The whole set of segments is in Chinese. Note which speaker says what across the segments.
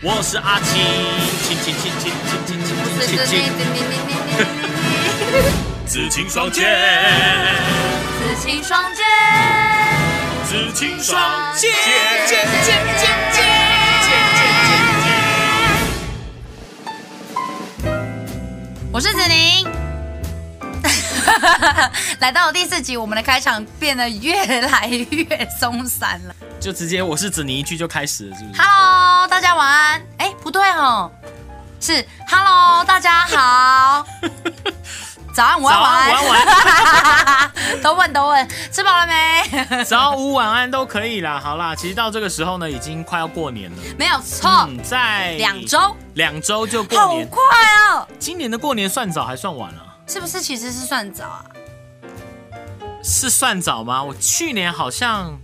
Speaker 1: 我是阿青，青青青青青青青青青青，紫青双剑，
Speaker 2: 紫青双剑，
Speaker 1: 紫青
Speaker 2: 双剑
Speaker 1: 剑剑剑剑剑
Speaker 2: 我是子宁。来到了第四集，我们的开场变得越来越松散了。
Speaker 1: 剑剑，就直接我是指你一句就开始了，是不是？
Speaker 2: Hello，大家晚安。哎，不对哦，是 Hello，大家好。早安，午安，
Speaker 1: 早
Speaker 2: 晚
Speaker 1: 安、
Speaker 2: 安，
Speaker 1: 晚安、晚
Speaker 2: 都问都问，吃饱了没？
Speaker 1: 安，早午晚安都可以啦。好啦，其实到这个时候呢，已经快要过年了。
Speaker 2: 没有错，
Speaker 1: 嗯，在
Speaker 2: 两周，
Speaker 1: 两周就过
Speaker 2: 好
Speaker 1: 年。
Speaker 2: 快哦！
Speaker 1: 今年的过年算早还算晚啊？
Speaker 2: 是不是其实是算早啊？
Speaker 1: 是算早吗？我去年好像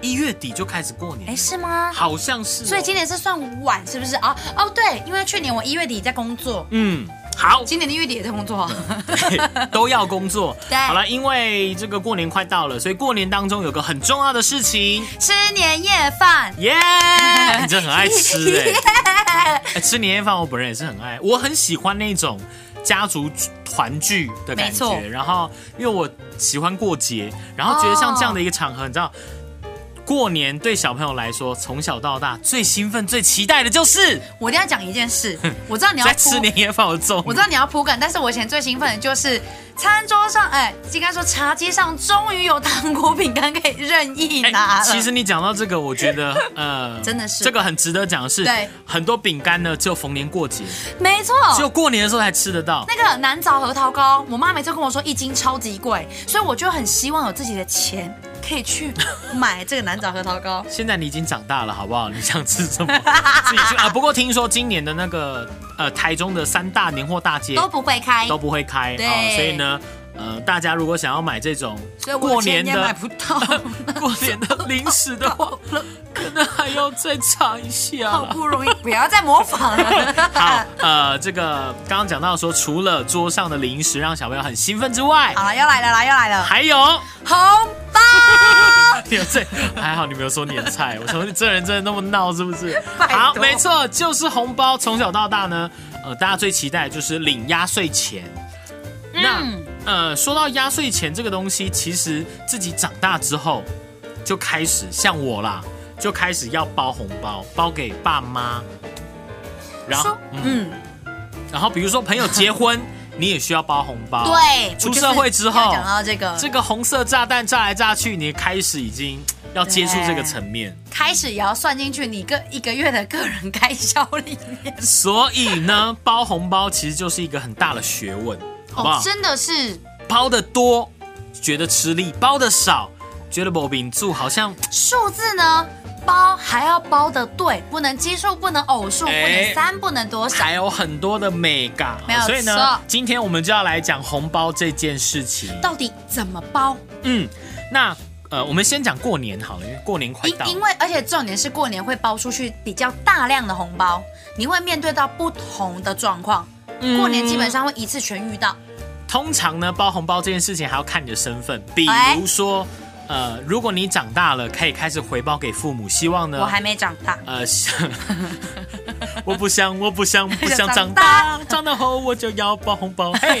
Speaker 1: 一月底就开始过年，
Speaker 2: 哎，是吗？
Speaker 1: 好像是哦、
Speaker 2: 所以今年是算晚，是不是？哦哦，对，因为去年我一月底在工作，
Speaker 1: 嗯，好，
Speaker 2: 今年的一月底也在工作。
Speaker 1: 都要工作。
Speaker 2: 对
Speaker 1: 好了，因为这个过年快到了，所以过年当中有个很重要的事 情，
Speaker 2: 吃年夜饭，
Speaker 1: 耶、你真的很爱吃哎、哎吃年夜饭我本人也是很爱，我很喜欢那种家族团聚的感
Speaker 2: 没错
Speaker 1: 觉。然后，因为我喜欢过节，然后觉得像这样的一个场合，你知道。过年对小朋友来说，从小到大最兴奋、最期待的就是
Speaker 2: 我一定要讲一件 事，我知道你要
Speaker 1: 在
Speaker 2: 哭
Speaker 1: 吃年夜饭。我中，
Speaker 2: 我知道你要铺梗，但是我以前最兴奋的就是餐桌上，哎、应该说茶几上终于有糖果饼干可以任意
Speaker 1: 哎
Speaker 2: 拿了。
Speaker 1: 其实你讲到这个，我觉 得呃，
Speaker 2: 真的是
Speaker 1: 这个很值得讲的是，
Speaker 2: 对
Speaker 1: 很多饼干呢，只有逢年过节，
Speaker 2: 没错。
Speaker 1: 只有过年的时候才吃得到。
Speaker 2: 那个南枣核桃糕，我妈每次跟我说一斤超级贵，所以我就很希望有自己的钱可以去买这个南枣核桃糕。
Speaker 1: 现在你已经长大了，好不好？你想吃什 么自己去啊？不过听说今年的那个呃，台中的三大年货大街
Speaker 2: 都不会开，
Speaker 1: 都不会开
Speaker 2: 对
Speaker 1: 哦，所以呢，呃，大家如果想要买这种
Speaker 2: 所以我
Speaker 1: 过
Speaker 2: 的钱
Speaker 1: 年
Speaker 2: 也买
Speaker 1: 的
Speaker 2: 不到，
Speaker 1: 过年的零食的 话，可能还要再尝一下
Speaker 2: 好
Speaker 1: 啦。
Speaker 2: 不容易，不要再模仿了。
Speaker 1: 好，呃，这个刚刚讲到说，除了桌上的零食让小朋友很兴奋之外，
Speaker 2: 好了，要来了啦，要来了，
Speaker 1: 还有，
Speaker 2: 红包，
Speaker 1: 你有这还好你没有说年菜，我说你这人真的那么闹是不是？
Speaker 2: 拜托
Speaker 1: 好，没错，就是红包。从小到大呢，呃，大家最期待的就是领压岁钱。
Speaker 2: 嗯
Speaker 1: 那、呃，说到压岁钱这个东西，其实自己长大之后就开始像我啦，就开始要包红包，包给爸妈。然后
Speaker 2: 说，
Speaker 1: 嗯，
Speaker 2: 嗯，
Speaker 1: 然后比如说朋友结婚，你也需要包红包。
Speaker 2: 对，
Speaker 1: 出
Speaker 2: 我就是
Speaker 1: 社会之后
Speaker 2: 要讲啊到这个，
Speaker 1: 这个红色炸弹炸来炸去，你开始已经要接触这个层面，
Speaker 2: 开始也要算进去你个一个月的个人开销里面。
Speaker 1: 所以呢，包红包其实就是一个很大的学问，好不好？
Speaker 2: 真的哦是
Speaker 1: 包的多觉得吃力，包的少觉得某饼住，好像
Speaker 2: 数字呢，包还要包的对，不能奇数，不能偶数，不
Speaker 1: 哎
Speaker 2: 能三，不能多少。
Speaker 1: 还有很多的美感
Speaker 2: 没有。
Speaker 1: 所以呢
Speaker 2: 错，
Speaker 1: 今天我们就要来讲红包这件事情。
Speaker 2: 到底怎么包？
Speaker 1: 嗯，那呃，我们先讲过年好了，因为过年快
Speaker 2: 因
Speaker 1: 到了。
Speaker 2: 因为而且重点是过年会包出去比较大量的红包，你会面对到不同的状况。
Speaker 1: 嗯
Speaker 2: 过年基本上会一次全遇到，
Speaker 1: 通常呢，包红包这件事情还要看你的身份，比
Speaker 2: 哎
Speaker 1: 如说，呃，如果你长大了，可以开始回报给父母，希望呢，
Speaker 2: 我还没长大。
Speaker 1: 呃，想我不想，我不想，不 想长
Speaker 2: 长
Speaker 1: 大，长大后我就要包红包。 嘿，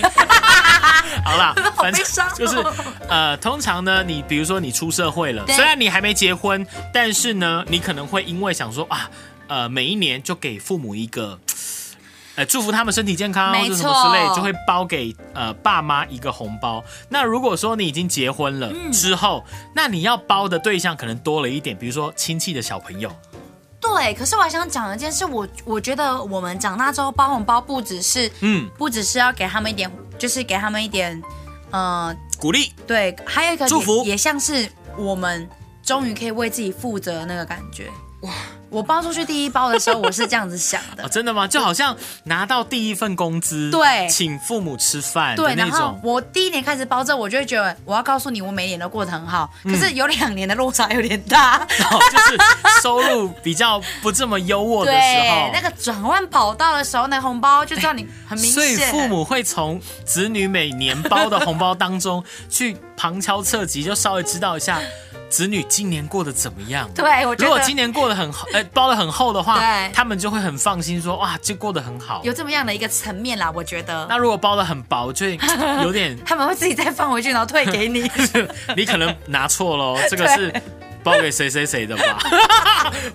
Speaker 1: 好啦，
Speaker 2: 好
Speaker 1: 反
Speaker 2: 悲
Speaker 1: 正
Speaker 2: 伤哦
Speaker 1: 就是呃，通常呢，你比如说你出社会了，
Speaker 2: 对
Speaker 1: 虽然你还没结婚，但是呢，你可能会因为想说啊，呃，每一年就给父母一个。呃，祝福他们身体健康，啊
Speaker 2: 没
Speaker 1: 或者什么之类，
Speaker 2: 错
Speaker 1: 就会包给呃爸妈一个红包。那如果说你已经结婚了、
Speaker 2: 嗯
Speaker 1: 之后，那你要包的对象可能多了一点，比如说亲戚的小朋友，
Speaker 2: 对，可是我还想讲一件事，我我觉得我们长大之后包红包不只是，
Speaker 1: 嗯，
Speaker 2: 不只是要给他们一点，就是给他们一点，呃，
Speaker 1: 鼓励，
Speaker 2: 对，还有一个
Speaker 1: 祝
Speaker 2: 也
Speaker 1: 福
Speaker 2: 也像是我们终于可以为自己负责的那个感觉。哇！我包出去第一包的时候，我是这样子想
Speaker 1: 哦，
Speaker 2: 的，
Speaker 1: 真的吗？就好像拿到第一份工资，
Speaker 2: 对
Speaker 1: 请父母吃饭的
Speaker 2: 对。
Speaker 1: 那
Speaker 2: 然后
Speaker 1: 种。
Speaker 2: 我第一年开始包之后，我就会觉得我要告诉你，我每年都过得很好。
Speaker 1: 嗯
Speaker 2: 可是有两年的落差有点 大，
Speaker 1: 哦，就是收入比较不这么优渥的时
Speaker 2: 对
Speaker 1: 候，，
Speaker 2: 那个转换跑道的时候，那个红包就知道你很明显。
Speaker 1: 所以父母会从子女每年包的红包当中去旁敲侧击，就稍微知道一下子女今年过得怎么样。
Speaker 2: 对，我觉
Speaker 1: 如果
Speaker 2: 得
Speaker 1: 今年过得很好，呃，包得很厚的话
Speaker 2: 对，
Speaker 1: 他们就会很放心说，哇，这过得很好。
Speaker 2: 有这么样的一个层面啦，我觉得
Speaker 1: 那如果包得很薄，就会 有点，
Speaker 2: 他们会自己再放回去，然后退给 你。
Speaker 1: 你可能拿错 喽，这个是包给谁谁谁的吧？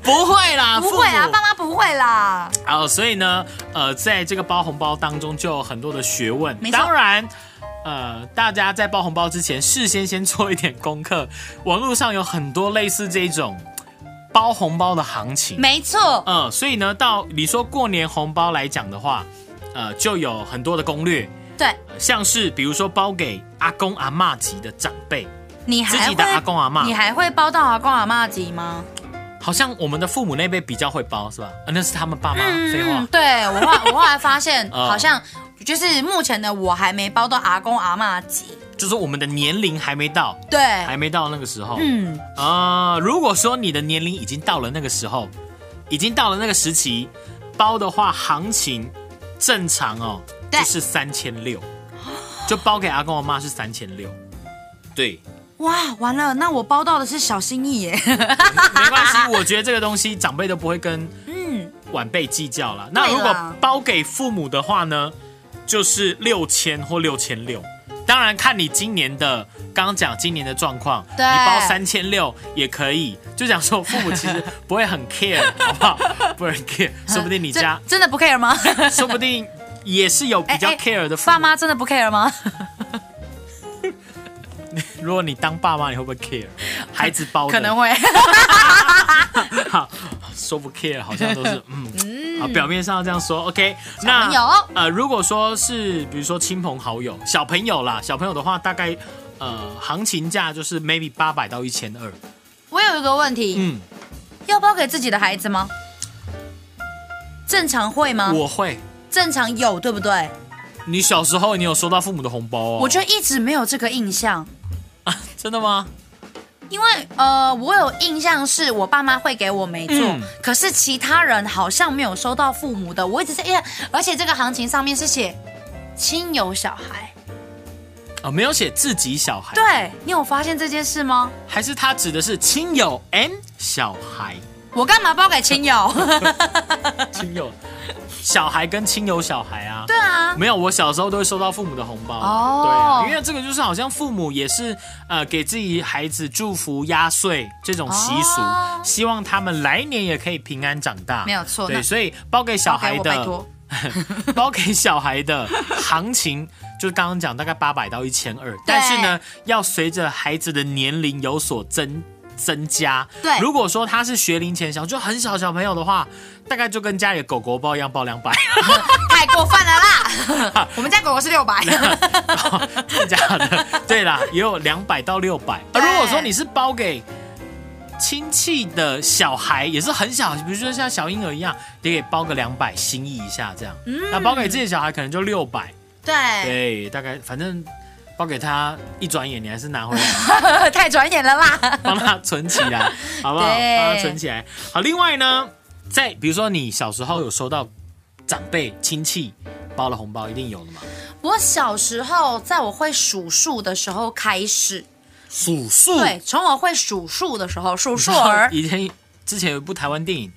Speaker 1: 不会啦，
Speaker 2: 不会啊，
Speaker 1: 父母
Speaker 2: 爸妈不会啦。
Speaker 1: 好，所以呢，呃，在这个包红包当中就有很多的学问
Speaker 2: 没。错
Speaker 1: 当然，呃，大家在包红包之前，事先先做一点功课。网络上有很多类似这种包红包的行情。
Speaker 2: 没错，
Speaker 1: 嗯、所以呢，到你说过年红包来讲的话，呃，就有很多的攻略，
Speaker 2: 对
Speaker 1: 呃像是比如说包给阿公阿嬷级的长辈，
Speaker 2: 你
Speaker 1: 自
Speaker 2: 还
Speaker 1: 己的阿
Speaker 2: 会
Speaker 1: 公阿
Speaker 2: 你
Speaker 1: 嬷，
Speaker 2: 还会包到阿公阿妈级吗？
Speaker 1: 好像我们的父母那辈比较会包，是吧？啊，那是他们爸妈，废话
Speaker 2: 嗯，。对我后我后来发 现，
Speaker 1: 哦
Speaker 2: 好像就是目前的我还没包到阿公阿妈级。
Speaker 1: 就是我们的年龄还没到，
Speaker 2: 对，
Speaker 1: 还没到那个时候。
Speaker 2: 嗯，
Speaker 1: 啊、如果说你的年龄已经到了那个时候，已经到了那个时期，包的话行情正常哦，就
Speaker 2: 对
Speaker 1: 是三千六，就包给阿公阿妈是三千六。对，
Speaker 2: 哇，完了，那我包到的是小心意 耶。
Speaker 1: 没关系，我觉得这个东西长辈都不会跟
Speaker 2: 嗯，
Speaker 1: 晚辈计较啦。那如
Speaker 2: 对啊
Speaker 1: 果
Speaker 2: 啦
Speaker 1: 包给父母的话呢，就是六千或六千六。当然，看你今年的，刚刚讲今年的状况，你
Speaker 2: 对
Speaker 1: 包三千六也可以，就讲说父母其实不会很 care，好 不好？不会很 care，说不定你 家，
Speaker 2: 这真的不 care 吗？
Speaker 1: 说不定也是有比较
Speaker 2: 哎哎
Speaker 1: care 的父母。
Speaker 2: 爸妈真的不 care 吗？
Speaker 1: 如果你当爸妈，你会不会 care 孩子包的？
Speaker 2: 可能会。
Speaker 1: 哈，说不 care 好像都 是嗯，啊，表面上这样说 OK 那。
Speaker 2: 朋友
Speaker 1: 呃，如果说是比如说亲朋好友、小朋友啦，小朋友的话，大概呃行情价就是 maybe 八百到一千二。
Speaker 2: 我有一个问题，
Speaker 1: 嗯，
Speaker 2: 要包给自己的孩子吗？正常会吗？
Speaker 1: 啊我会。
Speaker 2: 正常有对不对？
Speaker 1: 你小时候你有收到父母的红包哦？
Speaker 2: 我就一直没有这个印象，
Speaker 1: 真的吗？
Speaker 2: 因为呃，我有印象是我爸妈会给我没错，
Speaker 1: 嗯
Speaker 2: 可是其他人好像没有收到父母的。我一直在，而且这个行情上面是写亲友小孩，
Speaker 1: 啊、没有写自己小孩，，
Speaker 2: 对你有发现这件事吗？
Speaker 1: 还是他指的是亲友 and 小 孩？
Speaker 2: 我干嘛包给亲友？
Speaker 1: 亲友小孩跟亲友小孩啊？
Speaker 2: 对啊，
Speaker 1: 没有，我小时候都会收到父母的红包。
Speaker 2: 哦
Speaker 1: 对啊、因为这个就是好像父母也是呃给自己孩子祝福压岁这种习俗、
Speaker 2: 哦
Speaker 1: 希望他们来年也可以平安长大。
Speaker 2: 没有错
Speaker 1: 对，
Speaker 2: 那
Speaker 1: 所以包给小
Speaker 2: 包给
Speaker 1: 孩
Speaker 2: 我拜
Speaker 1: 的
Speaker 2: 托，
Speaker 1: 包给小孩的行情。就是刚刚讲大概八百到一千二，但是呢，要随着孩子的年龄有所增增加。
Speaker 2: 对
Speaker 1: 如果说他是学龄前小，就很小小朋友的话，大概就跟家里的狗狗包一样包两百。
Speaker 2: 太过分了啦！我们家狗狗是六百，
Speaker 1: 真的假 的？对啦，也有两百到六百。啊
Speaker 2: 对
Speaker 1: 如果说你是包给亲戚的小孩，也是很小，比如说像小婴儿一样，也给包个两百，心意一下这样。那包给自己的小孩可能就六百，哎
Speaker 2: 对，
Speaker 1: 嗯对，大概反正包给他，一转眼你还是拿回来。
Speaker 2: 太转眼了啦。
Speaker 1: 帮他存起 来，好不好？
Speaker 2: 对
Speaker 1: 帮他存起来。好，另外呢，在比如说你小时候有收到长辈亲戚包了红包，一定有的嘛。
Speaker 2: 我小时候，在我会数数的时候开始，
Speaker 1: 数数
Speaker 2: 对，从我会数数的时候，数数儿
Speaker 1: 以前之前有一部台湾电影，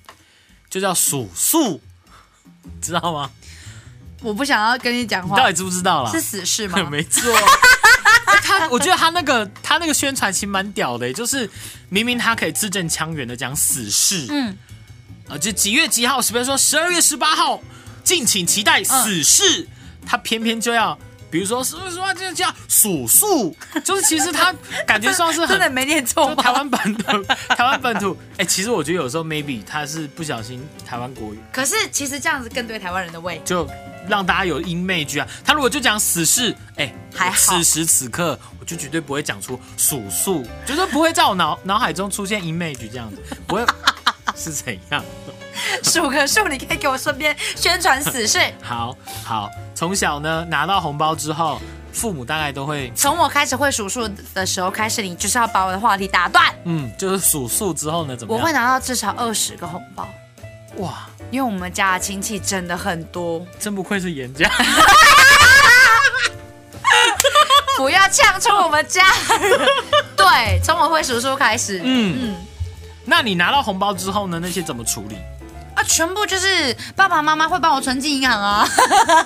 Speaker 1: 就叫《数数》，知道吗？
Speaker 2: 我不想要跟你讲
Speaker 1: 你到
Speaker 2: 话
Speaker 1: 底，知不知道啦
Speaker 2: 是？死士吗？
Speaker 1: 啊 没 错。哎他我觉得他那个他那个宣传其实蛮屌的，就是明明他可以字正腔圆的讲死士，
Speaker 2: 嗯，
Speaker 1: 呃，就几月几号，比如说十二月十八号，敬请期待死士，
Speaker 2: 嗯
Speaker 1: 他偏偏就要。比如说，什么什么就叫数数，就是其实他感觉上是很
Speaker 2: 真的没念 错
Speaker 1: 就
Speaker 2: 吗
Speaker 1: 台？湾本土， 台湾本土，哎、其实我觉得有时候 maybe 他是不小心台湾国语，
Speaker 2: 可是其实这样子更对台湾人的胃。
Speaker 1: 就让大家有 image 啊。他如果就讲死士，哎、
Speaker 2: 还好
Speaker 1: 此时此刻我就绝对不会讲出数数，就是不会在我脑脑海中出现 image 这样子，不会是怎样？
Speaker 2: 数个数，你可以给我顺便宣传死士。
Speaker 1: 好好，从小呢拿到红包之后，父母大概都会。
Speaker 2: 从我开始会数数的时候开始，你就是要把我的话题打断。
Speaker 1: 嗯，就是数数之后呢，怎么
Speaker 2: 我
Speaker 1: 样？
Speaker 2: 会拿到至少二十个红包，
Speaker 1: 哇，
Speaker 2: 因为我们家的亲戚真的很 多。
Speaker 1: 真不愧是严家。
Speaker 2: 不要呛出我们家人。对对，从我会数数开始，
Speaker 1: 嗯
Speaker 2: 嗯。
Speaker 1: 那你拿到红包之后呢？那些怎么处理？
Speaker 2: 啊，全部就是爸爸妈妈会帮我存进银 行啊，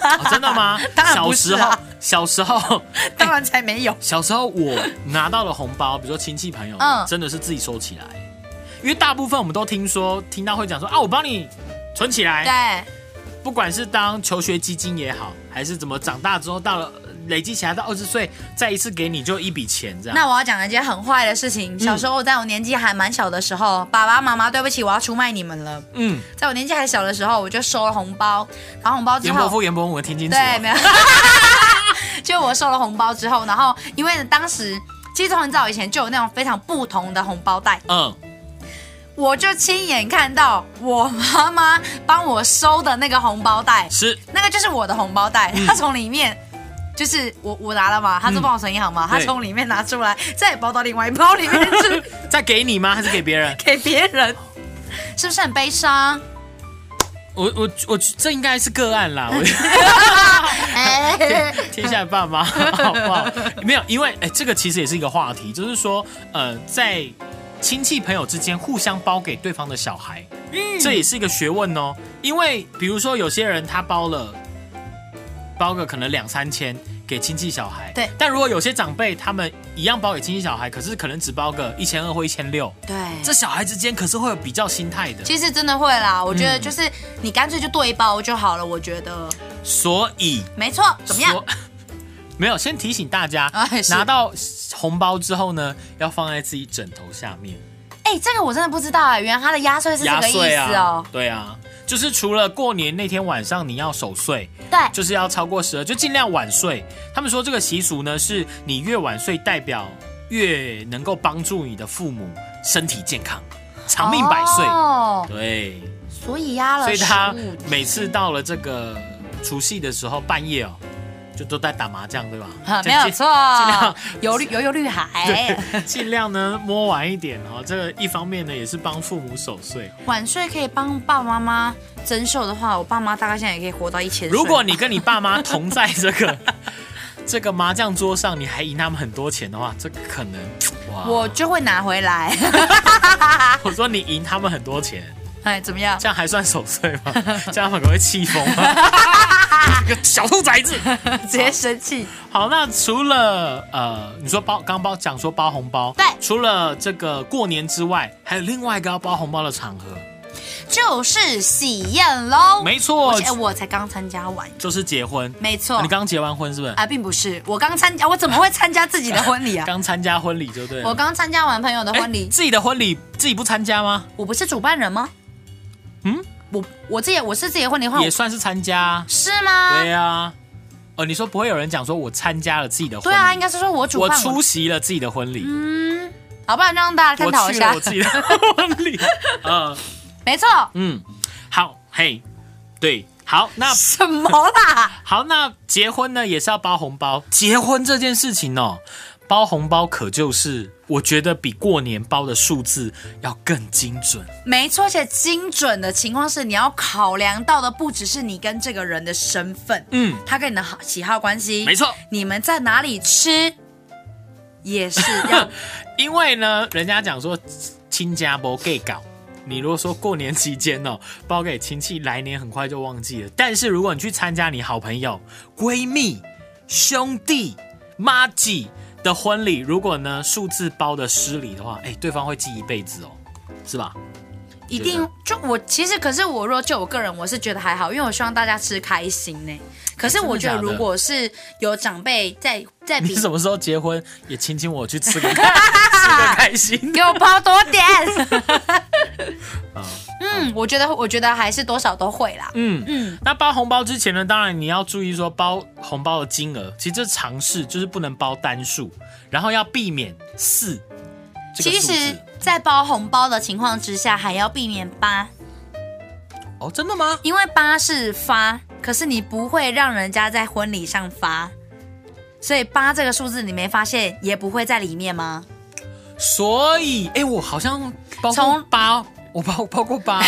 Speaker 1: 啊真的吗
Speaker 2: ？当然
Speaker 1: 小
Speaker 2: 不
Speaker 1: 时
Speaker 2: 是
Speaker 1: 候
Speaker 2: 啊，
Speaker 1: 小时候，
Speaker 2: 当然才没有。
Speaker 1: 小时候我拿到了红包，比如说亲戚朋友，
Speaker 2: 嗯
Speaker 1: 真的是自己收起来，因为大部分我们都听说听到会讲说啊，我帮你存起来，
Speaker 2: 对，
Speaker 1: 不管是当求学基金也好，还是怎么长大之后到了累积起来到二十岁，再一次给你就一笔钱这样。
Speaker 2: 那我要讲一件很坏的事
Speaker 1: 嗯
Speaker 2: 情。小时候，在我年纪还蛮小的时候，爸爸妈妈，对不起，我要出卖你们了。
Speaker 1: 嗯，
Speaker 2: 在我年纪还小的时候，我就收了红包，然后红包之
Speaker 1: 严伯
Speaker 2: 后，
Speaker 1: 父、严啊伯母，我听清楚了。
Speaker 2: 对，没有， 就我收了红包之后，然后因为当时其实从很早以前就有那种非常不同的红包袋，
Speaker 1: 嗯，
Speaker 2: 我就亲眼看到我妈妈帮我收的那个红包袋，
Speaker 1: 是
Speaker 2: 那个就是我的红包袋，
Speaker 1: 嗯
Speaker 2: 他从里面。就是我我拿了嘛，他是
Speaker 1: 嗯
Speaker 2: 帮我存银行嘛，他
Speaker 1: 对
Speaker 2: 从里面拿出来，再包到另外一包里面去
Speaker 1: 再给你吗？还是给别 人？
Speaker 2: 给别人，是不是很悲 伤？
Speaker 1: 我我我，这应该是个案啦。我
Speaker 2: 哎，
Speaker 1: 天下爸妈好不好？没有，因为哎、这个其实也是一个话题，就是说，呃，在亲戚朋友之间互相包给对方的小孩，
Speaker 2: 嗯
Speaker 1: 这也是一个学问哦。因为比如说，有些人他包了，包个可能两三千给亲戚小孩，
Speaker 2: 对
Speaker 1: 但如果有些长辈他们一样包给亲戚小孩，可是可能只包个一千二或一千六，
Speaker 2: 对，
Speaker 1: 这小孩之间可是会有比较心态的。
Speaker 2: 其实真的会啦，我觉得
Speaker 1: 嗯
Speaker 2: 就是你干脆就对包就好了，我觉得
Speaker 1: 所以
Speaker 2: 没错，怎么样
Speaker 1: 说？？ 没有，先提醒大家，
Speaker 2: 哎是
Speaker 1: 拿到红包之后呢，要放在自己枕头下面
Speaker 2: 哎，这个我真的不知道哎，原来他的压岁是这
Speaker 1: 压
Speaker 2: 个意
Speaker 1: 岁
Speaker 2: 思
Speaker 1: 啊
Speaker 2: 哦。。
Speaker 1: 对啊，就是除了过年那天晚上你要守岁，
Speaker 2: 对，
Speaker 1: 就是要超过十二，就尽量晚睡。他们说这个习俗呢，是你越晚睡，代表越能够帮助你的父母身体健康，长命百岁。
Speaker 2: 哦，
Speaker 1: 对，
Speaker 2: 所以压了
Speaker 1: 所以他
Speaker 2: 15
Speaker 1: 每次到了这个除夕的时候，半夜哦，就都在打麻将，对吧？
Speaker 2: 啊，
Speaker 1: 就
Speaker 2: 没有
Speaker 1: 尽尽
Speaker 2: 错
Speaker 1: 量，
Speaker 2: 游绿游游绿海，
Speaker 1: 对，尽量呢摸晚一点哦。这个一方面呢也是帮父母守 岁。
Speaker 2: 晚睡可以帮爸爸妈妈增寿的话，我爸妈大概现在也可以活到一千岁。
Speaker 1: 如果你跟你爸妈同在这个 这个麻将桌上，你还赢他们很多钱的话，这可能哇！
Speaker 2: 我啊就会拿回来，
Speaker 1: 我说你赢他们很多钱，
Speaker 2: 哎，怎么样？
Speaker 1: 这样还算守岁 吗？这样他们可能会气疯吗？这个小兔崽子！
Speaker 2: 直接生气。
Speaker 1: 好，那除了呃，你说包刚包讲说包红包，
Speaker 2: 对
Speaker 1: 除了这个过年之外，还有另外一个要包红包的场合，
Speaker 2: 就是喜宴喽。
Speaker 1: 没错
Speaker 2: 而，且哎我哦才刚参加完，
Speaker 1: 就是结婚。
Speaker 2: 没错。
Speaker 1: 你刚结完婚是不是？
Speaker 2: 啊，并不是，我刚参加，啊我怎么会参加自己的 婚礼啊？
Speaker 1: 刚参加婚礼就对了。
Speaker 2: 我刚参加完朋友的婚
Speaker 1: 哎
Speaker 2: 礼，
Speaker 1: 自己的婚礼自己不参加吗？
Speaker 2: 我不是主办人吗？
Speaker 1: 嗯，
Speaker 2: 我我自己我是自己的婚礼的话，
Speaker 1: 也算是参加啊。
Speaker 2: 是吗
Speaker 1: 对？啊，哦，你说不会有人讲说我参加了自己的婚
Speaker 2: 对
Speaker 1: 礼，
Speaker 2: 啊，应该是说我主
Speaker 1: 我
Speaker 2: 办，
Speaker 1: 出席了自己的婚礼，
Speaker 2: 嗯，好，不然让大家探讨
Speaker 1: 我
Speaker 2: 一
Speaker 1: 去了
Speaker 2: 下
Speaker 1: 我。自己的婚 礼。呃，
Speaker 2: 没错，
Speaker 1: 嗯，好，嘿，对，好，那
Speaker 2: 什么啦？
Speaker 1: 好，那结婚呢也是要包红包。结婚这件事情哦，包红包可就是我觉得比过年包的数字要更精准。
Speaker 2: 没错，而且精准的情况是，你要考量到的不只是你跟这个人的身份，
Speaker 1: 嗯，
Speaker 2: 他跟你的好喜好关系，
Speaker 1: 没错。
Speaker 2: 你们在哪里吃，也是要
Speaker 1: 因为呢，人家讲说亲家不给搞。你如果说过年期间哦，包给亲戚，来年很快就忘记了。但是如果你去参加你好朋友、闺蜜、兄弟、妈吉的婚礼，如果呢数字包的失礼的话，哎，对方会记一辈子哦，是吧？
Speaker 2: 一定就我其实可是我若就我个人，我是觉得还好，因为我希望大家吃开心呢。可是我觉得
Speaker 1: 哎真的假的
Speaker 2: 如果是有长辈在在
Speaker 1: 你
Speaker 2: 比
Speaker 1: 什么时候结婚也请请我去吃个吃个开 心
Speaker 2: 给我包多 点，嗯，我觉得我觉得还是多少都会啦。
Speaker 1: 嗯。
Speaker 2: 嗯，
Speaker 1: 那包红包之前呢，当然你要注意说包红包的金额，其实这尝试就是不能包单数，然后要避免四这个
Speaker 2: 其
Speaker 1: 数字。
Speaker 2: 实，在包红包的情况之下，还要避免八，
Speaker 1: 哦，真的吗？
Speaker 2: 因为八是发，可是你不会让人家在婚礼上发，所以八这个数字你没发现也不会在里面吗？
Speaker 1: 所以，哎、我好像包过
Speaker 2: 从
Speaker 1: 八，我包 包过八、哦，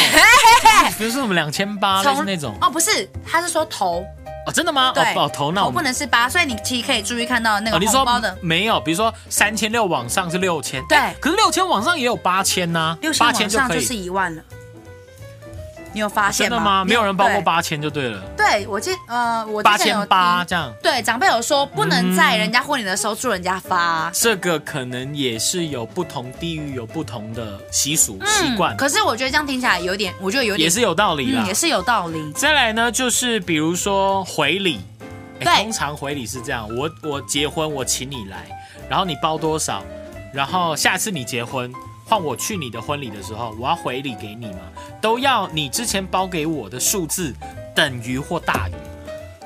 Speaker 1: 比如说我们两千八类似那种
Speaker 2: 哦，不是，他是说头，
Speaker 1: 哦，哦，真的吗？
Speaker 2: 对，
Speaker 1: 哦，哦头那我
Speaker 2: 不
Speaker 1: 们
Speaker 2: 能是八，所以你其实可以注意看到那
Speaker 1: 哦，
Speaker 2: 个
Speaker 1: 你
Speaker 2: 红
Speaker 1: 说
Speaker 2: 包的
Speaker 1: 没有？比如说三千六往上是六千，
Speaker 2: 对
Speaker 1: 哎可是六千往上也有八千呐
Speaker 2: 六，千
Speaker 1: 八
Speaker 2: 往
Speaker 1: 千就
Speaker 2: 上
Speaker 1: 可
Speaker 2: 就
Speaker 1: 以
Speaker 2: 是。一万了。你有发现
Speaker 1: 真的吗？没有人包过
Speaker 2: 对
Speaker 1: 八千就对了，
Speaker 2: 对，我记呃，我
Speaker 1: 八
Speaker 2: 之前有
Speaker 1: 千八嗯
Speaker 2: 听。
Speaker 1: 这样，
Speaker 2: 对，长辈有说不能在人家婚礼的时候祝人家发
Speaker 1: 这个可能也是有不同地域有不同的习俗习
Speaker 2: 嗯
Speaker 1: 惯，
Speaker 2: 可是我觉得这样听起来有点，我觉得有点
Speaker 1: 也是有道理啦
Speaker 2: 嗯，也。是有道理。
Speaker 1: 再来呢，就是比如说回礼，哎
Speaker 2: 对
Speaker 1: 通常回礼是这样，我我结婚我请你来，然后你包多少，然后下次你结婚换我去你的婚礼的时候，我要回礼给你嘛，都要你之前包给我的数字等于或大于。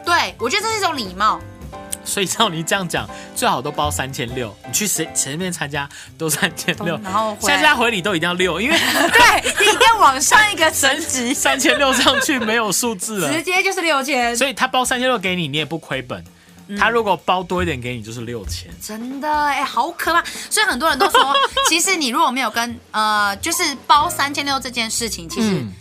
Speaker 2: 对，我觉得这是一种礼貌。
Speaker 1: 所以照你这样讲，最好都包三千六。你去谁前面参加都三千六，
Speaker 2: 哦然后回
Speaker 1: 下
Speaker 2: 来
Speaker 1: 家回礼都一定要六，因为
Speaker 2: 对，你一定要往上一个层 级，
Speaker 1: 三千六上去没有数字了
Speaker 2: 直。接就是六千，
Speaker 1: 所以他包三千六给你，你也不亏本。
Speaker 2: 嗯
Speaker 1: 他如果包多一点给你，就是六千。
Speaker 2: 真的哎、好可怕。所以很多人都说， 其实你如果没有跟呃，就是包三千六这件事情，其实
Speaker 1: 嗯，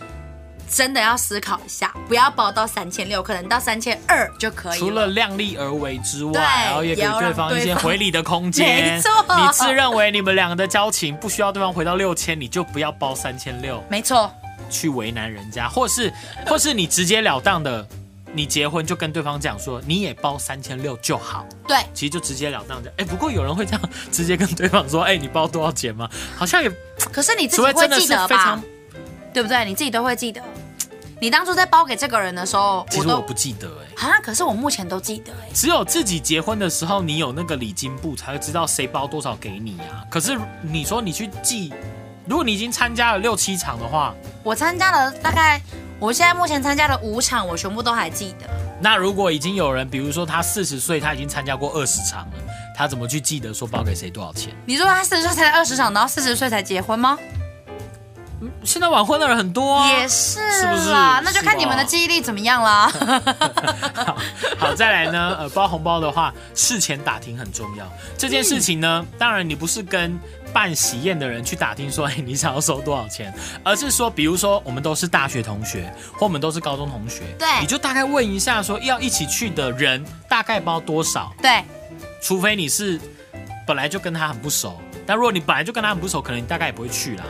Speaker 2: 真的要思考一下，不要包到三千六，可能到三千二就可以
Speaker 1: 除了量力而为之外，
Speaker 2: 对
Speaker 1: 然后也给
Speaker 2: 也要
Speaker 1: 对
Speaker 2: 让
Speaker 1: 方一些
Speaker 2: 对方
Speaker 1: 回礼的空间。
Speaker 2: 没错
Speaker 1: 你自认为你们两个的交情不需要对方回到六千，你就不要包三千六。
Speaker 2: 没错，
Speaker 1: 去为难人家，或 是或是你直截了当的，你结婚就跟对方讲说，你也包三千六就好，
Speaker 2: 对，
Speaker 1: 其实就直截了当的。哎、不过有人会这样直接跟对方说，哎、你包多少钱吗？好像也
Speaker 2: 可是你自己
Speaker 1: 除非
Speaker 2: 会
Speaker 1: 真的
Speaker 2: 记
Speaker 1: 是
Speaker 2: 得
Speaker 1: 非
Speaker 2: 吧
Speaker 1: 常，？
Speaker 2: 对不对？你自己都会记得。你当初在包给这个人的时候，
Speaker 1: 其
Speaker 2: 我
Speaker 1: 实我
Speaker 2: 都
Speaker 1: 不记得哎、
Speaker 2: 啊，可是我目前都记得哎、
Speaker 1: 只有自己结婚的时候，你有那个礼金簿才会知道谁包多少给你啊。可是你说你去记，如果你已经参加了六七场的话，
Speaker 2: 我参加了大概，我现在目前参加了五场，我全部都还记得。
Speaker 1: 那如果已经有人，比如说他四十岁，他已经参加过二十场了，他怎么去记得说包给谁多少钱？
Speaker 2: 你说他四十岁才二十场，然后四十岁才结婚吗？
Speaker 1: 现在晚婚的人很多啊。
Speaker 2: 也是
Speaker 1: 是不是
Speaker 2: 啦，那就是看你们
Speaker 1: 吧
Speaker 2: 的记忆力怎么样啦。
Speaker 1: 好，再来呢，呃，包红包的话，事前打听很重要。这件事情呢，当然你不是跟办喜宴的人去打听说，哎，你想要收多少钱，而是说，比如说我们都是大学同学，或我们都是高中同学，
Speaker 2: 对
Speaker 1: 你就大概问一下说要一起去的人大概包多少，
Speaker 2: 对，
Speaker 1: 除非你是本来就跟他很不熟。但如果你本来就跟他很不熟，可能你大概也不会去啦。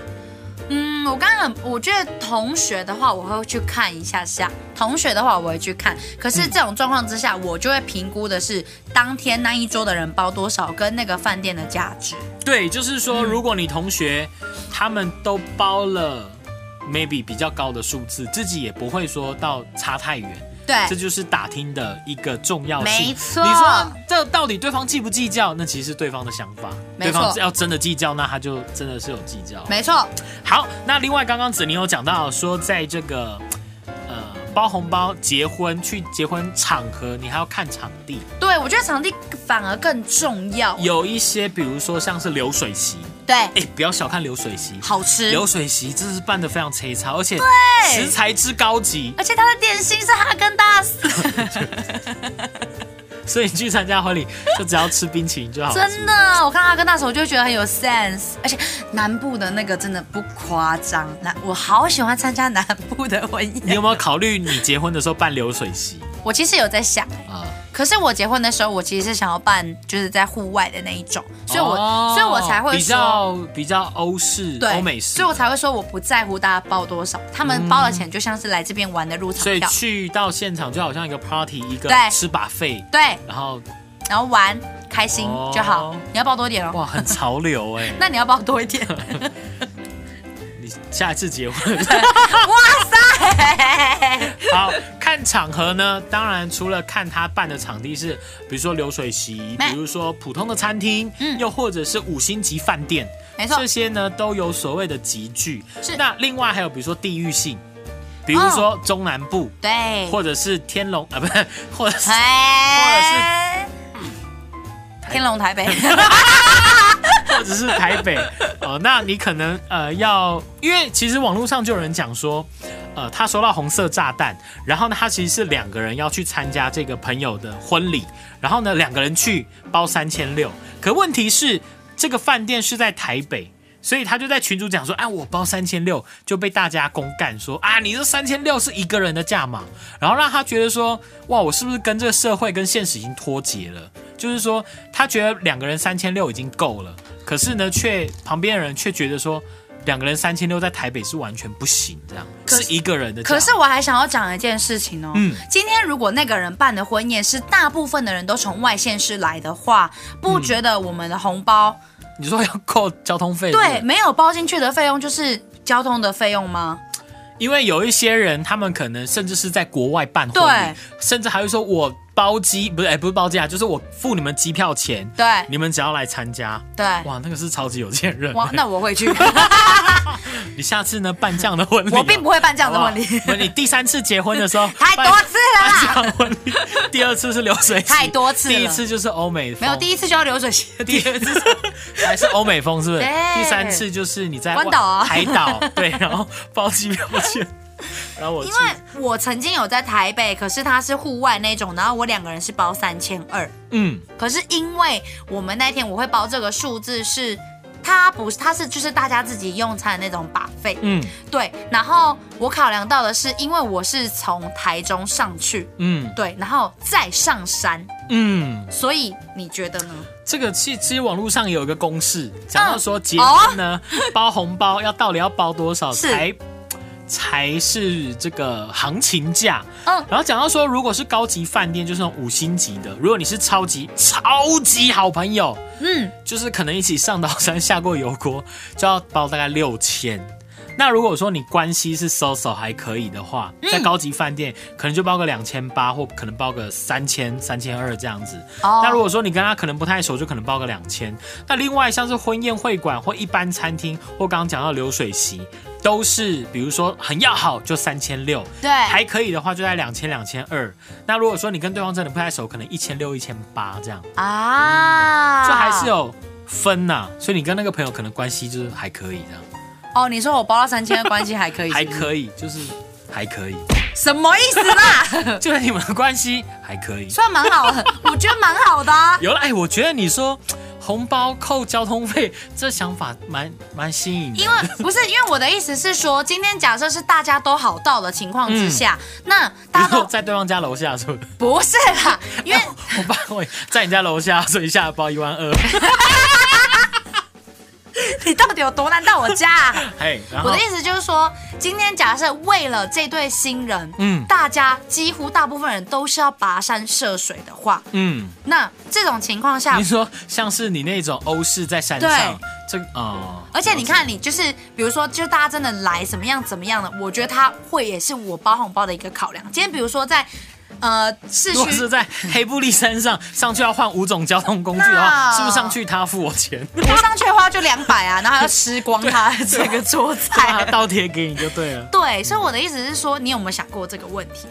Speaker 2: 嗯，我刚刚很，我觉得同学的话，我会去看一下下。同学的话，我会去看。可是这种状况之
Speaker 1: 嗯
Speaker 2: 下，我就会评估的是当天那一桌的人包多少，跟那个饭店的价值。
Speaker 1: 对，就是说，
Speaker 2: 嗯
Speaker 1: 如果你同学他们都包了 maybe 比较高的数字，自己也不会说到差太远，
Speaker 2: 对，
Speaker 1: 这就是打听的一个重要性。
Speaker 2: 没错
Speaker 1: 你说这到底对方计不计较？那其实是对方的想法。
Speaker 2: 没
Speaker 1: 对
Speaker 2: 错
Speaker 1: 方要真的计较，那他就真的是有计较。
Speaker 2: 没错，
Speaker 1: 好，那另外刚刚子宁有讲到说，在这个呃包红包、结婚去结婚场合，你还要看场地，
Speaker 2: 对我觉得场地反而更重要。
Speaker 1: 有一些比如说像是流水席，
Speaker 2: 对，
Speaker 1: 哎，不要小看流水席，
Speaker 2: 好吃。
Speaker 1: 流水席真是办的非常璀璨，而且食材之高级，
Speaker 2: 而且它的点心是哈根达斯，
Speaker 1: 所以你去参加婚礼就只要吃冰淇淋就好了。
Speaker 2: 真的，我看哈根达斯我就觉得很有 sense，而且南部的那个真的不夸张，南我好喜欢参加南部的婚
Speaker 1: 你
Speaker 2: 宴。
Speaker 1: 有没有考虑你结婚的时候办流水席
Speaker 2: 我其实有在想，
Speaker 1: 啊？
Speaker 2: 可是我结婚的时候，我其实是想要办就是在户外的那一种，所以我、
Speaker 1: 哦
Speaker 2: 所以我才会
Speaker 1: 比
Speaker 2: 说。
Speaker 1: 较比较欧式、
Speaker 2: 对，
Speaker 1: 欧美式
Speaker 2: 所以，我才会说我不在乎大家包多少，他们包的钱就像是来这边玩的入场
Speaker 1: 所以
Speaker 2: 票，
Speaker 1: 去到现场就好像一个 party，一个
Speaker 2: 对
Speaker 1: 吃把费，
Speaker 2: 对，
Speaker 1: 然后
Speaker 2: 然后玩开心
Speaker 1: 哦
Speaker 2: 就好。你要包多一点哦，
Speaker 1: 哇，很潮流哎、
Speaker 2: 那你要包多 一点，
Speaker 1: 你下一次结婚。 好看场合呢，当然除了看他办的场地是，比如说流水席，
Speaker 2: 没
Speaker 1: 比如说普通的餐厅，
Speaker 2: 嗯
Speaker 1: 又或者是五星级饭店，
Speaker 2: 没错
Speaker 1: 这些呢都有所谓的集聚
Speaker 2: 是。
Speaker 1: 那另外还有比如说地域性，比如说中南部，
Speaker 2: 对，
Speaker 1: 或者是天龙 啊，不是，或者是
Speaker 2: 哎，天龙 台北，
Speaker 1: 或者是台北哦，那你可能呃要，因为其实网络上就有人讲说，呃，他收到红色炸弹，然后呢，他其实是两个人要去参加这个朋友的婚礼，然后呢，两个人去包三千六，可问题是这个饭店是在台北，所以他就在群主讲说，哎、我包三千六，就被大家公干说啊，你这三千六是一个人的价码，然后让他觉得说，哇，我是不是跟这个社会跟现实已经脱节了？就是说，他觉得两个人三千六已经够了，可是呢，却旁边的人却觉得说，两个人三千六在台北是完全不行，这样
Speaker 2: 可
Speaker 1: 是一个人的价码。
Speaker 2: 可是我还想要讲一件事情哦，
Speaker 1: 嗯
Speaker 2: 今天如果那个人办的婚宴是大部分的人都从外县市来的话，
Speaker 1: 嗯
Speaker 2: 不觉得我们的红包、
Speaker 1: 你说要扣交通费，
Speaker 2: 对没有包进去的费用就是交通的费用吗？
Speaker 1: 因为有一些人，他们可能甚至是在国外办婚礼
Speaker 2: 对，
Speaker 1: 甚至还会说我包机，不是，哎、不是包机啊，就是我付你们机票钱，
Speaker 2: 对
Speaker 1: 你们只要来参加。
Speaker 2: 对，
Speaker 1: 哇，那个是超级有钱人。欸
Speaker 2: 哇，那我 会去，
Speaker 1: 你下次呢办这样的婚礼啊、
Speaker 2: 我并不会办这样的婚礼
Speaker 1: 好，不好你第三次结婚的时候
Speaker 2: 太多次了
Speaker 1: 办办这
Speaker 2: 啦
Speaker 1: 样的婚礼，第二次是流水席，
Speaker 2: 太多次了
Speaker 1: 第一次就是，Oh 欧美风，
Speaker 2: 没有第一次就要流水席，
Speaker 1: 第二次是还是欧美风，是不是？
Speaker 2: 对
Speaker 1: 第三次就是你在
Speaker 2: 关岛啊
Speaker 1: 外海岛， 对，然后包机票 钱，然后我去
Speaker 2: 因为我曾经有在台北，可是它是户外那种，然后我两个人是包三千二，
Speaker 1: 嗯。
Speaker 2: 可是因为我们那天我会包这个数字是。它不是，它是就是大家自己用餐的那种把费，
Speaker 1: 嗯
Speaker 2: 对。然后我考量到的是，因为我是从台中上去，
Speaker 1: 嗯
Speaker 2: 对，然后再上山，
Speaker 1: 嗯，
Speaker 2: 所以你觉得呢？
Speaker 1: 这个其其实网络上有一个公式，讲到说结婚呢、 包红包要到底要包多少
Speaker 2: 哦是
Speaker 1: 才才是这个行情价。
Speaker 2: 嗯，
Speaker 1: 然后讲到说，如果是高级饭店，就是那种五星级的；如果你是超级超级好朋友，
Speaker 2: 嗯，
Speaker 1: 就是可能一起上岛山下过油锅，就要包大概六千。那如果说你关系是 so so 还可以的话，在高级饭店可能就包个两千八，或可能包个三千、三千二这样子。
Speaker 2: 哦
Speaker 1: 那如果说你跟他可能不太熟，就可能包个两千。那另外像是婚宴会馆或一般餐厅，或刚刚讲到流水席，都是比如说很要好就三千六，
Speaker 2: 对
Speaker 1: 还可以的话就在两千、两千二。那如果说你跟对方真的不太熟，可能一千六、一千八这样，
Speaker 2: 啊，
Speaker 1: 就还是有分呐、所以你跟那个朋友可能关系就是还可以这样，
Speaker 2: 哦。你说我包到三千，关系还可以，
Speaker 1: 还
Speaker 2: 是不是
Speaker 1: 可以就是还可 以，
Speaker 2: 什么意思啦？
Speaker 1: 就是你们的关系还可以。
Speaker 2: 算蛮好的，我觉得蛮好的、啊。
Speaker 1: 有了哎，我觉得你说红包扣交通费这想法蛮蛮新颖的，
Speaker 2: 因为不是，因为我的意思是说，今天假设是大家都好到的情况之下，那大家
Speaker 1: 然后
Speaker 2: 都
Speaker 1: 嗯 在对方家楼下是不 是？
Speaker 2: 不是啦，因为
Speaker 1: 我爸会在你家楼下，所以一下包一万二。
Speaker 2: 你到底有多难到我家、啊？
Speaker 1: 嘿， 然
Speaker 2: 我
Speaker 1: 后
Speaker 2: 的意思就是说，今天假设为了这对新人，
Speaker 1: 嗯
Speaker 2: 大家几乎大部分人都是要跋山涉水的话，
Speaker 1: 嗯，
Speaker 2: 那这种情况下
Speaker 1: 你，说像是你那种欧式在山上，这个哦，
Speaker 2: 而且你看，你就是比如说，就大家真的来怎么样怎么样的，我觉得他会也是我包红包的一个考量。今天比如说在呃市
Speaker 1: 如果是
Speaker 2: 区，
Speaker 1: 在黑布利山上上去要换五种交通工具的话，
Speaker 2: 那
Speaker 1: 是不是上去他付我钱，
Speaker 2: 我上去的话就两百啊，然后还要吃光他的这个桌
Speaker 1: 他
Speaker 2: 菜。
Speaker 1: 倒贴给你就对了？
Speaker 2: 对，所以我的意思是说，你有没有想过这个问题？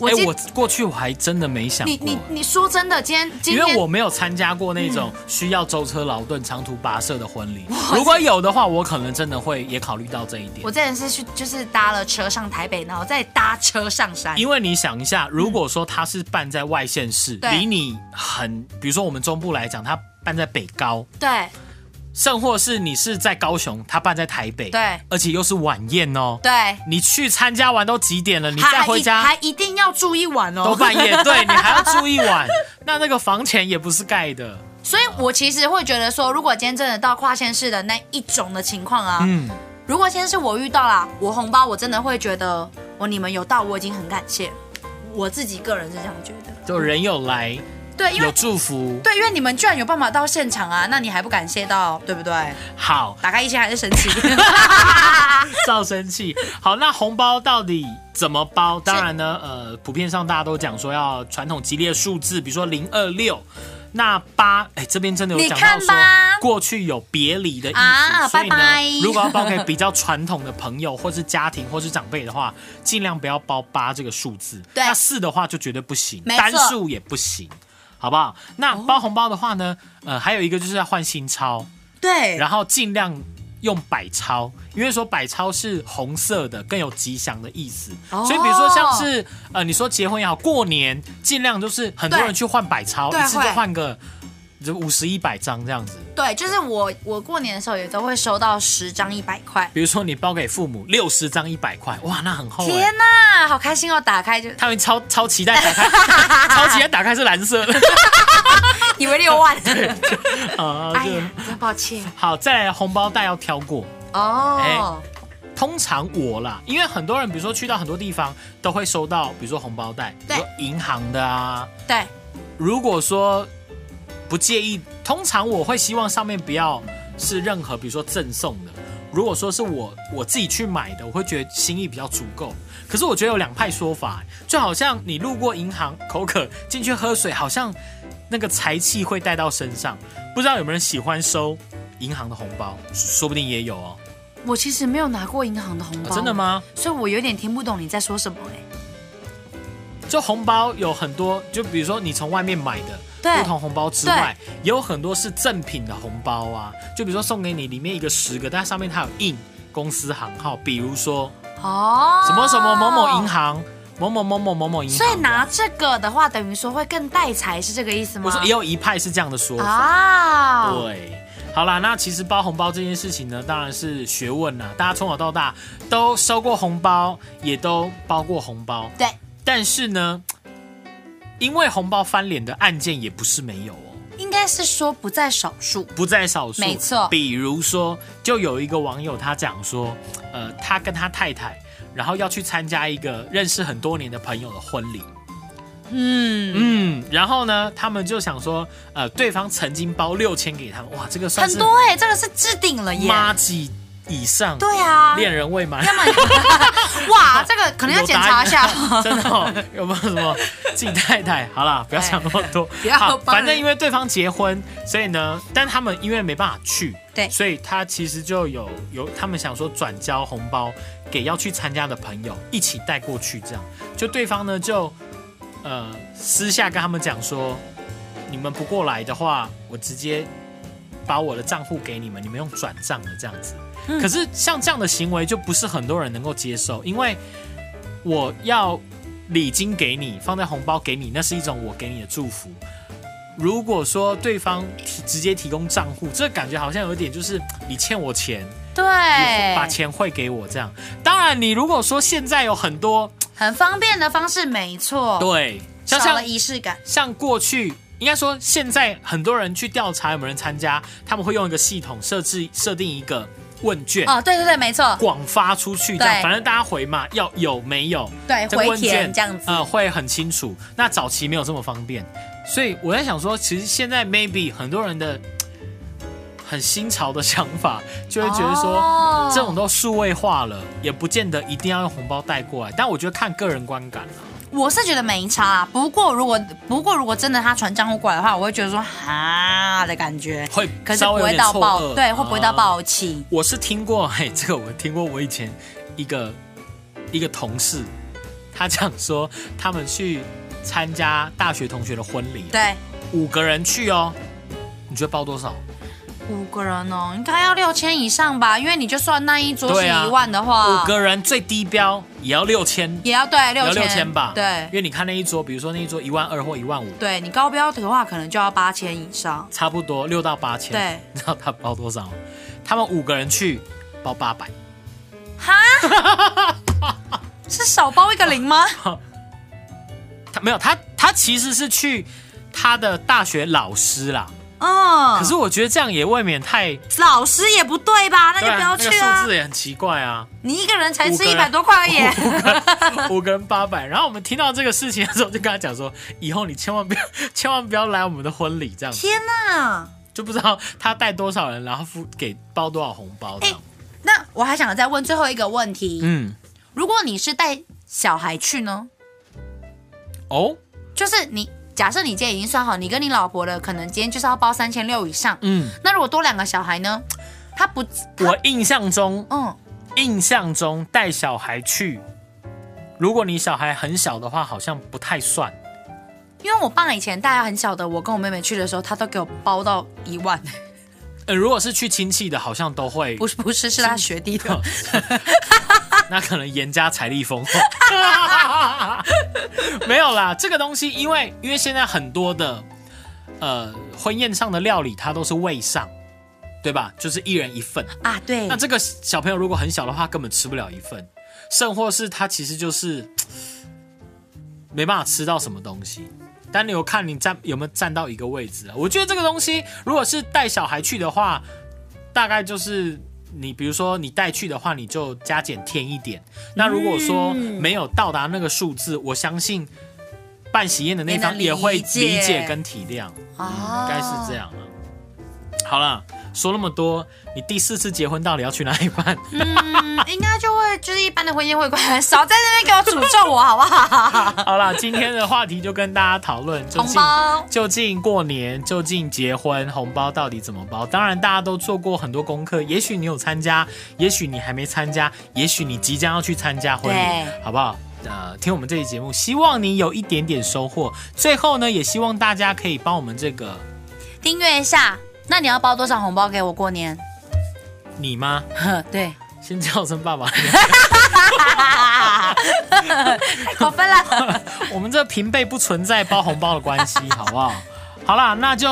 Speaker 2: 我
Speaker 1: 哎、
Speaker 2: 今、
Speaker 1: 我过去我还真的没想
Speaker 2: 你
Speaker 1: 过
Speaker 2: 你。你说真的，今天今
Speaker 1: 因
Speaker 2: 天
Speaker 1: 为我没有参加过那种需要舟车劳顿、长途跋涉的婚礼。如果有的话，我可能真的会也考虑到这一点
Speaker 2: 我。之前是去就是搭了车上台北，然后再搭车上山。
Speaker 1: 因为你想一下，如果说他是办在外县市，
Speaker 2: 嗯对
Speaker 1: 离你很，比如说我们中部来讲，他办在北高，
Speaker 2: 对
Speaker 1: 甚或是你是在高雄，他办在台北，
Speaker 2: 对
Speaker 1: 而且又是晚宴哦。
Speaker 2: 对，
Speaker 1: 你去参加完都几点了？你
Speaker 2: 还
Speaker 1: 再回家
Speaker 2: 还一定要住一晚哦，
Speaker 1: 都半夜，对你还要住一晚，那那个房钱也不是盖的，
Speaker 2: 所以我其实会觉得说，如果今天真的到跨县市的那一种的情况啊，
Speaker 1: 嗯，
Speaker 2: 如果今天是我遇到啦，我红包我真的会觉得，我你们有到，我已经很感谢。我自己个人是这样觉得，
Speaker 1: 就人有来
Speaker 2: 对，因
Speaker 1: 有
Speaker 2: 为。
Speaker 1: 祝福，
Speaker 2: 对，因为你们居然有办法到现场啊，那你还不感谢到，对不对？
Speaker 1: 好，
Speaker 2: 打开一千还是神 奇。
Speaker 1: 造生气。好，那红包到底怎么包？当然呢，呃，普遍上大家都讲说要传统激烈数字，比如说零二六。那八，哎、这边真的有讲到
Speaker 2: 你看
Speaker 1: 说
Speaker 2: 吧，
Speaker 1: 过去有别离的意思，
Speaker 2: 啊
Speaker 1: 所以呢，
Speaker 2: 拜拜
Speaker 1: 如果要包给比较传统的朋友，或是家庭，或是长辈的话，尽量不要包八这个数字。
Speaker 2: 对
Speaker 1: 那四的话就绝对不行，
Speaker 2: 没错哦
Speaker 1: 单数也不行，好不好？那包红包的话呢，呃，还有一个就是要换新钞，
Speaker 2: 对，
Speaker 1: 然后尽量用百钞，因为说百钞是红色的，更有吉祥的意思。
Speaker 2: 哦
Speaker 1: 所以比如说像是呃，你说结婚也好，过年尽量就是很多
Speaker 2: 对
Speaker 1: 人去换百钞，
Speaker 2: 对
Speaker 1: 一次就
Speaker 2: 会
Speaker 1: 换个就五十一百张这样子。
Speaker 2: 对，就是我我过年的时候也都会收到十张一百块。
Speaker 1: 比如说你包给父母六十张一百块，哇，那很厚哎、
Speaker 2: 天哪，好开心哦！打开就
Speaker 1: 他们超超期待打开，超期待打开是蓝色的
Speaker 2: 以为六万，
Speaker 1: 哎啊。
Speaker 2: 哎
Speaker 1: 就
Speaker 2: 呀，真抱 歉
Speaker 1: 好，再来红包袋要挑过。
Speaker 2: 哦。
Speaker 1: 哎通常我啦，因为很多人，比如说去到很多地方，都会收到，比如说红包袋，比
Speaker 2: 对
Speaker 1: 如说银行的啊。
Speaker 2: 对，
Speaker 1: 如果说不介意，通常我会希望上面不要是任何，比如说赠送的。如果说是我我自己去买的，我会觉得心意比较足够。可是我觉得有两派说法，就好像你路过银行口渴进去喝水，好像那个财气会带到身上。不知道有没有人喜欢收银行的红包，说不定也有哦。
Speaker 2: 我其实没有拿过银行的红
Speaker 1: 啊
Speaker 2: 包，
Speaker 1: 真的？吗？
Speaker 2: 所以我有点听不懂你在说什么哎。
Speaker 1: 就红包有很多，就比如说你从外面买的
Speaker 2: 对
Speaker 1: 不同红包之外，也有很多是赠品的红包啊。就比如说送给你里面一个十个，但上面它有印公司行号，比如说
Speaker 2: 哦，
Speaker 1: 什么什么某某银。行、某某某某某某银行。
Speaker 2: 所以拿这个的话，等于说会更带财，是这个意思吗？
Speaker 1: 我说也有一派是这样的说法，
Speaker 2: 啊，
Speaker 1: 对。好啦，那其实包红包这件事情呢，当然是学问啦。大家从小到大都收过红包，也都包过红包，
Speaker 2: 对
Speaker 1: 但是呢，因为红包翻脸的案件也不是没有哦。
Speaker 2: 应该是说不在少数。
Speaker 1: 不在少数。
Speaker 2: 没错
Speaker 1: 比如说，就有一个网友他讲说，呃，他跟他太太，然后要去参加一个认识很多年的朋友的婚礼。
Speaker 2: 嗯，
Speaker 1: 嗯，然后呢，他们就想说，呃，对方曾经包六千给他们，哇，这个算
Speaker 2: 很
Speaker 1: 是
Speaker 2: 多哎、这个是置顶了耶。
Speaker 1: 妈几以上，
Speaker 2: 对啊，
Speaker 1: 恋人未满。
Speaker 2: 要么哇，这个可能要检查一下。
Speaker 1: 真的、哦、有没有什么自己太太？好啦，不要想那么多。
Speaker 2: 不要
Speaker 1: 好，
Speaker 2: 帮人
Speaker 1: 反正因为对方结婚，所以呢，但他们因为没办法去，
Speaker 2: 对
Speaker 1: 所以他其实就有有他们想说转交红包给要去参加的朋友一起带过去，这样就对方呢就呃私下跟他们讲说，你们不过来的话，我直接把我的账户给你们，你们用转账的这样子。
Speaker 2: 嗯
Speaker 1: 可是像这样的行为就不是很多人能够接受，因为我要礼金给你，放在红包给你，那是一种我给你的祝福。如果说对方提直接提供账户，这感觉好像有点就是你欠我钱，
Speaker 2: 对哎
Speaker 1: 你，把钱汇给我这样。当然，你如果说现在有很多
Speaker 2: 很方便的方式，没错。
Speaker 1: 对，像
Speaker 2: 少
Speaker 1: 像
Speaker 2: 了仪式感。
Speaker 1: 像过去，应该说现在很多人去调查有没有人参加，他们会用一个系统设置设定一个问卷，
Speaker 2: 哦，对对对，没错，
Speaker 1: 广发出去，这样
Speaker 2: 对
Speaker 1: 反正大家回嘛，要有没有
Speaker 2: 对，
Speaker 1: 这个
Speaker 2: 回
Speaker 1: 问
Speaker 2: 填
Speaker 1: 卷
Speaker 2: 这样子。
Speaker 1: 呃，会很清楚。那早期没有这么方便，所以我在想说，其实现在 maybe 很多人的嘖很新潮的 想法，就会觉得说。
Speaker 2: 哦
Speaker 1: 这种都数位化了，也不见得一定要用红包带过来，但我觉得看个人观感啊啦。
Speaker 2: 我是觉得没差啊。不过如果不过如果真的他传账户过来的话，我会觉得说哈的感觉，
Speaker 1: 会
Speaker 2: 可是
Speaker 1: 稍
Speaker 2: 不
Speaker 1: 微有
Speaker 2: 会
Speaker 1: 点
Speaker 2: 到
Speaker 1: 错
Speaker 2: 爆，
Speaker 1: 愕
Speaker 2: 对，会不会到？
Speaker 1: 啊
Speaker 2: 爆气？
Speaker 1: 我是听过，嘿，这个我听过，我以前一个一个同事，他讲说他们去参加大学同学的婚礼，啊
Speaker 2: 对，
Speaker 1: 五个人去哦，你觉得包多少？
Speaker 2: 五个人哦，应该要六千以上吧，因为你就算那一桌是
Speaker 1: 对啊
Speaker 2: 一万的话，
Speaker 1: 五个人最低标也要六千，
Speaker 2: 也要对
Speaker 1: 也
Speaker 2: 六
Speaker 1: 要
Speaker 2: 千，
Speaker 1: 六千吧？因
Speaker 2: 对
Speaker 1: 为你看那一桌，比如说那一桌一万二或一万五，
Speaker 2: 对，你高标的话可能就要八千以上，
Speaker 1: 差不多六到八千。
Speaker 2: 对，
Speaker 1: 你知道他包多少吗？他们五个人去包八百，
Speaker 2: 是少包一个零 吗？
Speaker 1: 他没有他他其实是去他的大学老师啦，
Speaker 2: 嗯，
Speaker 1: 可是我觉得这样也未免太
Speaker 2: 老师也不对吧？那就
Speaker 1: 对
Speaker 2: 不要
Speaker 1: 啊，那个
Speaker 2: 去啊！
Speaker 1: 数字也很奇怪啊，
Speaker 2: 你一个人才
Speaker 1: 五
Speaker 2: 吃
Speaker 1: 个人
Speaker 2: 一百多 块耶，
Speaker 1: 五个人八百。然后我们听到这个事情的时候，就跟他讲说，以后你千万不要千万不要来我们的婚礼，这样子
Speaker 2: 天哪！
Speaker 1: 就不知道他带多少人，然后付给包多少红包这样。
Speaker 2: 哎那我还想再问最后一个问题，
Speaker 1: 嗯，
Speaker 2: 如果你是带小孩去呢？
Speaker 1: 哦，
Speaker 2: 就是你假设你今天已经算好，你跟你老婆的可能今天就是要包三千六以上，
Speaker 1: 嗯，
Speaker 2: 那如果多两个小孩呢？他不，
Speaker 1: 我印象中
Speaker 2: 嗯，
Speaker 1: 印象中带小孩去，如果你小孩很小的话，好像不太算。
Speaker 2: 因为我爸以前带很小的，我跟我妹妹去的时候，他都给我包到一万，
Speaker 1: 呃，如果是去亲戚的，好像都会
Speaker 2: 不是不是是他学弟
Speaker 1: 哦
Speaker 2: 的，
Speaker 1: 那可能严加财力 丰厚。没有啦，这个东西因为因为现在很多的呃婚宴上的料理，它都是位上，对吧？就是一人一份。
Speaker 2: 啊，对
Speaker 1: 那，这个小朋友如果很小的话，根本吃不了一份，甚或是他其实就是嘖没办法吃到什么东西。但你有看你站有没有站到一个位置啊？我觉得这个东西，如果是带小孩去的话，大概就是你比如说你带去的话，你就加减添一点。那如果说
Speaker 2: 嗯
Speaker 1: 没有到达那个数字，我相信办喜宴的那方也
Speaker 2: 也能
Speaker 1: 会
Speaker 2: 理解
Speaker 1: 理解跟体谅。
Speaker 2: 啊
Speaker 1: 嗯应该是这。样了。好了，说那么多，你第四次结婚到底要去哪里办？
Speaker 2: 嗯，应该就会就是一般的婚宴会馆，少在那边给我诅咒我好不好？
Speaker 1: 好了，今天的话题就跟大家讨论，究
Speaker 2: 红
Speaker 1: 竟
Speaker 2: 包，
Speaker 1: 究竟过年，究竟结婚，红包到底怎么包？当然，大家都做过很多功课，也许你有参加，也许你还没参加，也许你即将要去参加婚礼，
Speaker 2: 对
Speaker 1: 好不好？呃，听我们这期节目，希望你有一点点收获。最后呢，也希望大家可以帮我们这个
Speaker 2: 订阅一下。那你要包多少红包给我过年？
Speaker 1: 你吗？
Speaker 2: 呵，对，
Speaker 1: 先叫声爸爸。
Speaker 2: 太过分了，
Speaker 1: 我们这平辈不存在包红包的关系，好不好？ 好啦，那就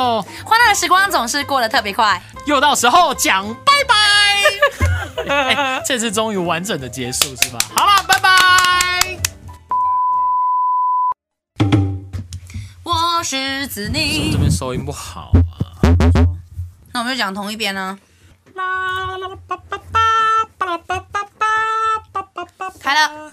Speaker 2: 欢乐的时光总是过得特别快。
Speaker 1: 又到时候讲拜 拜。哎这次终于完整的结束是吧？好啦，拜拜。
Speaker 2: 我是子
Speaker 1: 这
Speaker 2: 宁，
Speaker 1: 边收音不好啊。
Speaker 2: 那我们就讲同一边呢、
Speaker 1: 啦啦啦吧吧吧吧啦吧吧吧吧吧吧吧
Speaker 2: 开了。
Speaker 1: 哦